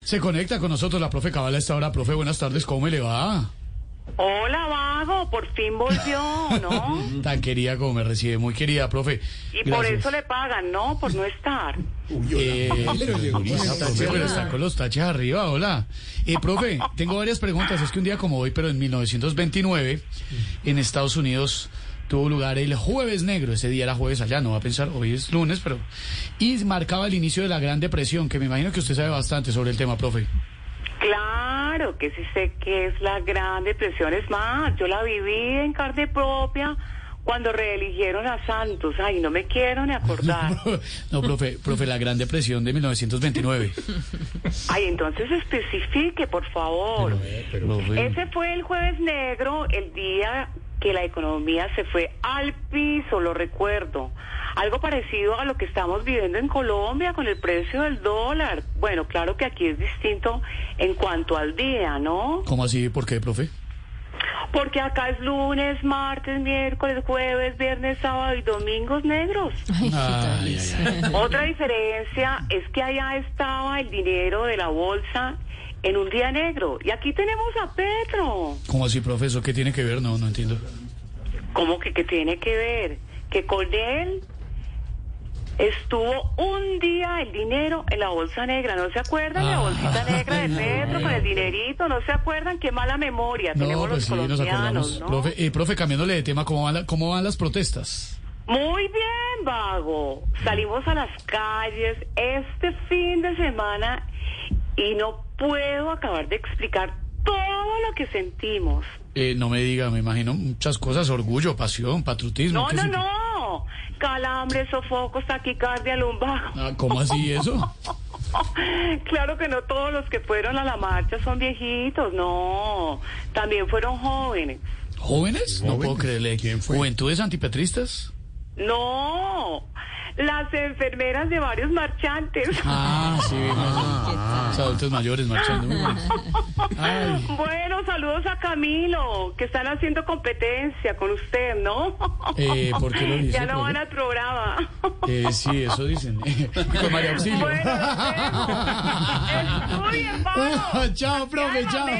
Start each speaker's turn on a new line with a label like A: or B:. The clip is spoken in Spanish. A: Se conecta con nosotros la profe Cabala a esta hora. Profe, buenas tardes, ¿cómo le va?
B: Hola, vago, por fin volvió, ¿no?
A: Tan querida como me recibe, muy querida, profe.
B: Y por eso le pagan, ¿no? Por no estar.
A: Eh, Lisa, profe, pero está con los taches arriba, hola. Eh, profe, tengo varias preguntas. Es que un día como hoy, pero en 1929, en Estados Unidos tuvo lugar el Jueves Negro. Ese día era jueves allá, no va a pensar, hoy es lunes, pero. Y marcaba el inicio de la Gran Depresión, que me imagino que usted sabe bastante sobre el tema, profe.
B: Claro que sí sé que es la Gran Depresión. Es más, yo la viví en carne propia cuando reeligieron a Santos. Ay, no me quiero ni acordar.
A: No, profe, profe, la Gran Depresión de 1929.
B: Ay, entonces especifique, por favor.
A: Profe,
B: Ese fue el jueves negro, el día que la economía se fue al piso, lo recuerdo. Algo parecido a lo que estamos viviendo en Colombia con el precio del dólar. Bueno, claro que aquí es distinto en cuanto al día, ¿no?
A: ¿Cómo así? ¿Por qué, profe?
B: Porque acá es lunes, martes, miércoles, jueves, viernes, sábado y domingos negros.
A: Ay, ay, ay.
B: Otra diferencia es que allá estaba el dinero de la bolsa en un día negro. Y aquí tenemos a Petro.
A: ¿Cómo así, profe? ¿Eso qué tiene que ver? No, no entiendo.
B: ¿Cómo que, que tiene que ver? Que con él estuvo un día el dinero en la bolsa negra. ¿No se acuerdan de la bolsita
A: Ah,
B: negra de Petro con el dinerito? ¿No se acuerdan? Qué mala memoria tenemos
A: No, pues sí,
B: los
A: nos
B: colombianos,
A: acordamos.
B: ¿no?
A: Profe, eh, profe, cambiándole de tema, ¿cómo van, la- ¿cómo van las protestas?
B: Muy bien, vago. Salimos a las calles este fin de semana y no puedo acabar de explicar todo lo que sentimos.
A: Eh, no me diga, me imagino muchas cosas, orgullo, pasión, patriotismo.
B: No,
A: ¿qué
B: no,
A: sintió?
B: no. Calambres, sofocos, taquicardia, lumbago.
A: Ah, ¿Cómo así eso?
B: Claro que no todos los que fueron a la marcha son viejitos, no. También fueron jóvenes.
A: ¿Jóvenes? No puedo creerle.
C: ¿Quién fue?
A: ¿Juventudes antipetristas?
B: No. Las enfermeras de varios marchantes.
A: Ah, sí, vimos. O sea, adultos mayores marchando. muy bien. Ay,
B: Bueno, saludos a Camilo, que están haciendo competencia con usted, ¿no?
A: Eh, ¿por qué lo dice,
B: Ya no
A: profe?
B: van al programa.
A: eh, sí, eso dicen. Y con María Auxilio.
B: Bueno, nos vemos. Estudien, vamos.
A: chao, profe,
B: Ya,
A: chao.